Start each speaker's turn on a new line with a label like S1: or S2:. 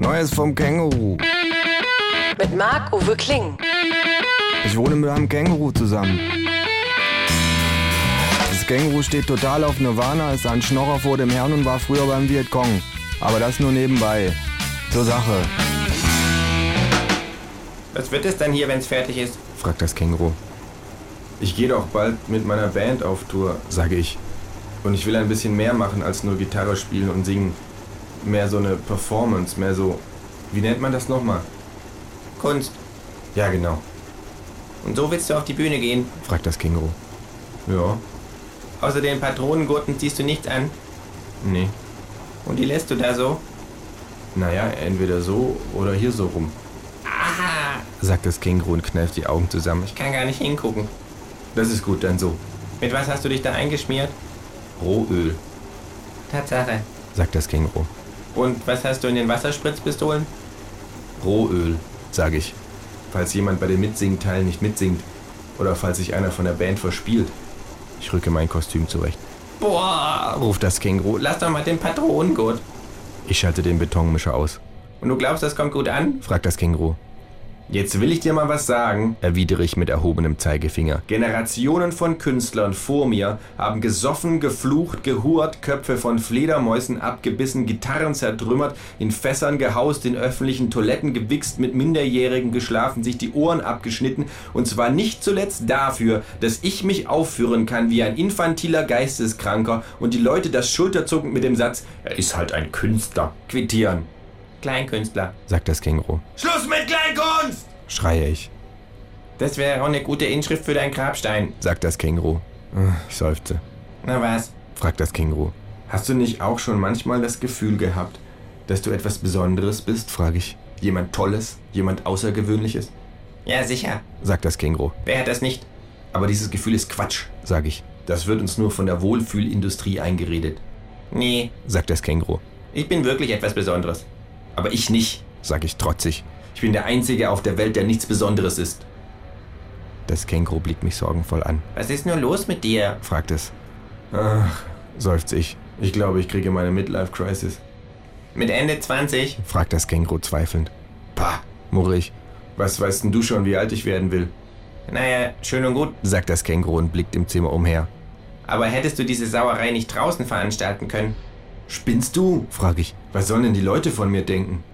S1: Neues vom Känguru.
S2: Mit Marc-Uwe Kling.
S1: Ich wohne mit einem Känguru zusammen. Das Känguru steht total auf Nirvana, ist ein Schnorrer vor dem Herrn und war früher beim Vietcong. Aber das nur nebenbei. Zur Sache.
S3: Was wird es dann hier, wenn es fertig ist?
S1: fragt das Känguru.
S4: Ich gehe doch bald mit meiner Band auf Tour, sage ich. Und ich will ein bisschen mehr machen als nur Gitarre spielen und singen. Mehr so eine Performance, mehr so. Wie nennt man das nochmal?
S3: Kunst.
S4: Ja, genau.
S3: Und so willst du auf die Bühne gehen.
S1: fragt das Känguru.
S4: Ja,
S3: Außer den Patronengurten ziehst du nichts an.
S4: nee.
S3: Und die lässt du da so.
S4: Naja, entweder so oder hier so rum,
S3: Ah,
S4: sagt das Känguru und kneift die Augen zusammen. Ich,
S3: ich kann gar nicht hingucken.
S4: das ist gut, dann so.
S3: Mit was hast du dich da eingeschmiert?
S4: Rohöl,
S3: Tatsache.
S4: sagt das Känguru.
S3: Und was hast du in den Wasserspritzpistolen?
S4: Rohöl, sage ich. Falls jemand bei den Mitsingteilen nicht mitsingt oder falls sich einer von der Band verspielt. Ich rücke mein Kostüm zurecht.
S3: Boah,
S4: Ah, Ruft das Känguru.
S3: lass doch mal den Patronengurt.
S4: Ich schalte den Betonmischer aus.
S3: Und du glaubst, das kommt gut an?
S4: fragt das Känguru. Jetzt will ich dir mal was sagen, erwidere ich mit erhobenem Zeigefinger. Generationen von Künstlern vor mir haben gesoffen, geflucht, gehurt, Köpfe von Fledermäusen abgebissen, Gitarren zertrümmert, in Fässern gehaust, in öffentlichen Toiletten gewichst, mit Minderjährigen geschlafen, sich die Ohren abgeschnitten und zwar nicht zuletzt dafür, dass ich mich aufführen kann wie ein infantiler Geisteskranker und die Leute das schulterzuckend mit dem Satz, er ist halt ein Künstler, quittieren,
S3: Kleinkünstler.
S4: sagt das Känguru.
S3: Schluss mit Kleinkunst!
S4: Schreie ich.
S3: Das wäre auch eine gute Inschrift für deinen Grabstein.
S4: sagt das Känguru. Ich seufze.
S3: Na was?
S4: Fragt das Känguru. Hast du nicht auch schon manchmal das Gefühl gehabt, dass du etwas Besonderes bist? frage ich. Jemand Tolles, jemand Außergewöhnliches?
S3: Ja, sicher.
S4: sagt das Känguru.
S3: Wer hat das nicht?
S4: Aber dieses Gefühl ist Quatsch, sage ich. Das wird uns nur von der Wohlfühlindustrie eingeredet,
S3: Nee,
S4: sagt das Känguru.
S3: ich bin wirklich etwas Besonderes.
S4: Aber ich nicht, sage ich trotzig. Ich bin der Einzige auf der Welt, der nichts Besonderes ist. Das Känguru blickt mich sorgenvoll an,
S3: Was ist nur los mit dir?
S4: fragt es. Ach, seufzt ich. Ich glaube, ich kriege meine Midlife-Crisis.
S3: Mit Ende 20?
S4: fragt das Känguru zweifelnd. Pah, murre ich. Was weißt denn du schon, wie alt ich werden will?
S3: Naja, schön und gut.
S4: sagt das Känguru und blickt im Zimmer umher.
S3: Aber hättest du diese Sauerei nicht draußen veranstalten können?
S4: Spinnst du? frage ich. Was sollen denn die Leute von mir denken?